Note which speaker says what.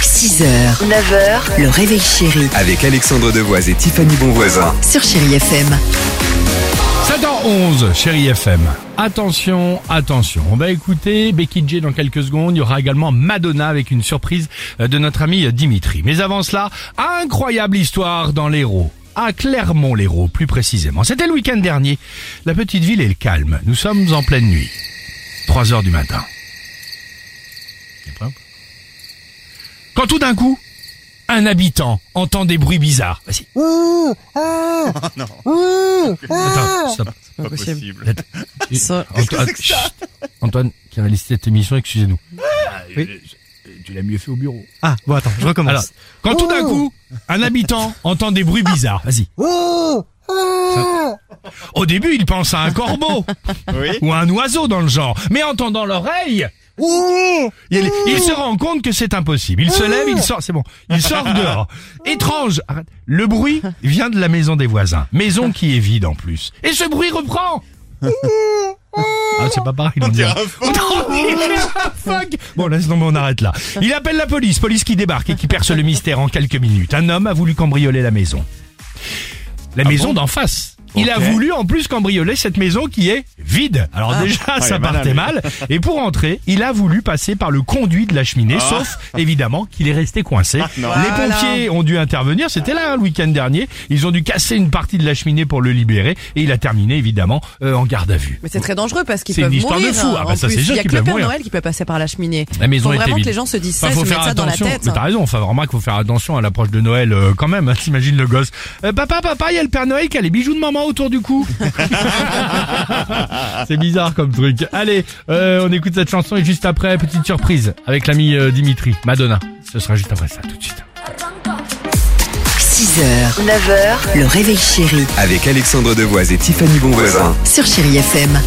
Speaker 1: 6h, 9h, le réveil chéri
Speaker 2: Avec Alexandre Devoise et Tiffany Bonvoisin.
Speaker 1: sur Chérie FM.
Speaker 3: 7h11, chérie FM. Attention, attention. On va écouter Becky J dans quelques secondes. Il y aura également Madonna avec une surprise euh, de notre ami euh, Dimitri. Mais avant cela, incroyable histoire dans l'Hérault. À Clermont-l'Hérault, plus précisément. C'était le week-end dernier. La petite ville est le calme. Nous sommes en pleine nuit. 3 heures du matin. Y'a pas Quand tout d'un coup, un habitant entend des bruits bizarres. Vas-y. Attends, stop.
Speaker 4: Pas possible.
Speaker 5: Ça,
Speaker 3: Antoine, chut. Antoine, qui a réalisé cette émission, excusez-nous.
Speaker 4: Ah, Tu l'as mieux fait au bureau.
Speaker 3: Ah, bon, attends, je recommence. quand tout d'un coup, un habitant entend des bruits bizarres, Ah, vas-y. Ça- Au début, il pense à un corbeau
Speaker 4: Oui.
Speaker 3: ou à un oiseau dans le genre, mais entendant l'oreille, Oh. il, il se rend compte que c'est impossible. Il se lève, il sort, c'est bon, il sort dehors. Étrange, arrête. le bruit vient de la maison des voisins, maison qui est vide en plus. Et ce bruit reprend. Ah, c'est pas pareil. on dirait. Non, il est un fuck. Bon, laisse tomber, on arrête là. Il appelle la police, police qui débarque et qui perce le mystère en quelques minutes. Un homme a voulu cambrioler la maison. La maison d'en face. Il a
Speaker 4: Ah Ok. Ah.
Speaker 3: voulu en plus cambrioler cette maison qui est vide. Alors déjà,
Speaker 4: il
Speaker 3: ça
Speaker 4: est
Speaker 3: partait mal. Et pour entrer, il a voulu passer par le conduit de la cheminée,
Speaker 4: Ah.
Speaker 3: sauf évidemment qu'il est resté coincé.
Speaker 4: non.
Speaker 3: Les pompiers ont dû intervenir, c'était là hein, le week-end dernier. Ils ont dû casser une partie de la cheminée pour le libérer et il a terminé évidemment euh, en garde à vue.
Speaker 5: mais c'est très dangereux parce qu'ils
Speaker 3: C'est
Speaker 5: peuvent
Speaker 3: une histoire de
Speaker 5: mourir.
Speaker 3: fou.
Speaker 5: hein,
Speaker 3: Ah bah
Speaker 5: en
Speaker 3: ça, c'est
Speaker 5: plus.
Speaker 3: sûr
Speaker 5: Il y a
Speaker 3: qu'ils
Speaker 5: que le
Speaker 3: peuvent
Speaker 5: Père
Speaker 3: mourir.
Speaker 5: Noël qui peut passer par la cheminée.
Speaker 3: La maison
Speaker 5: Faut
Speaker 3: était
Speaker 5: vraiment
Speaker 3: vide.
Speaker 5: que les gens se disent ça,
Speaker 3: Enfin,
Speaker 5: se
Speaker 3: faut
Speaker 5: mettent
Speaker 3: faire
Speaker 5: ça dans la
Speaker 3: attention.
Speaker 5: tête.
Speaker 3: Mais t'as raison, enfin remarque, faut faire attention à l'approche de Noël euh, quand même. hein. T'imagines le gosse. Euh, papa, papa, il y a le Père Noël qui a les bijoux de maman autour du cou. C'est bizarre comme truc. Allez, euh, on écoute cette chanson et juste après, petite surprise avec l'ami euh, Dimitri, Madonna. Ce sera juste après ça, tout de suite.
Speaker 1: 6h, 9h, le réveil chéri
Speaker 2: Avec Alexandre Devoise et Tiffany Bonvoisin.
Speaker 1: sur Chérie FM.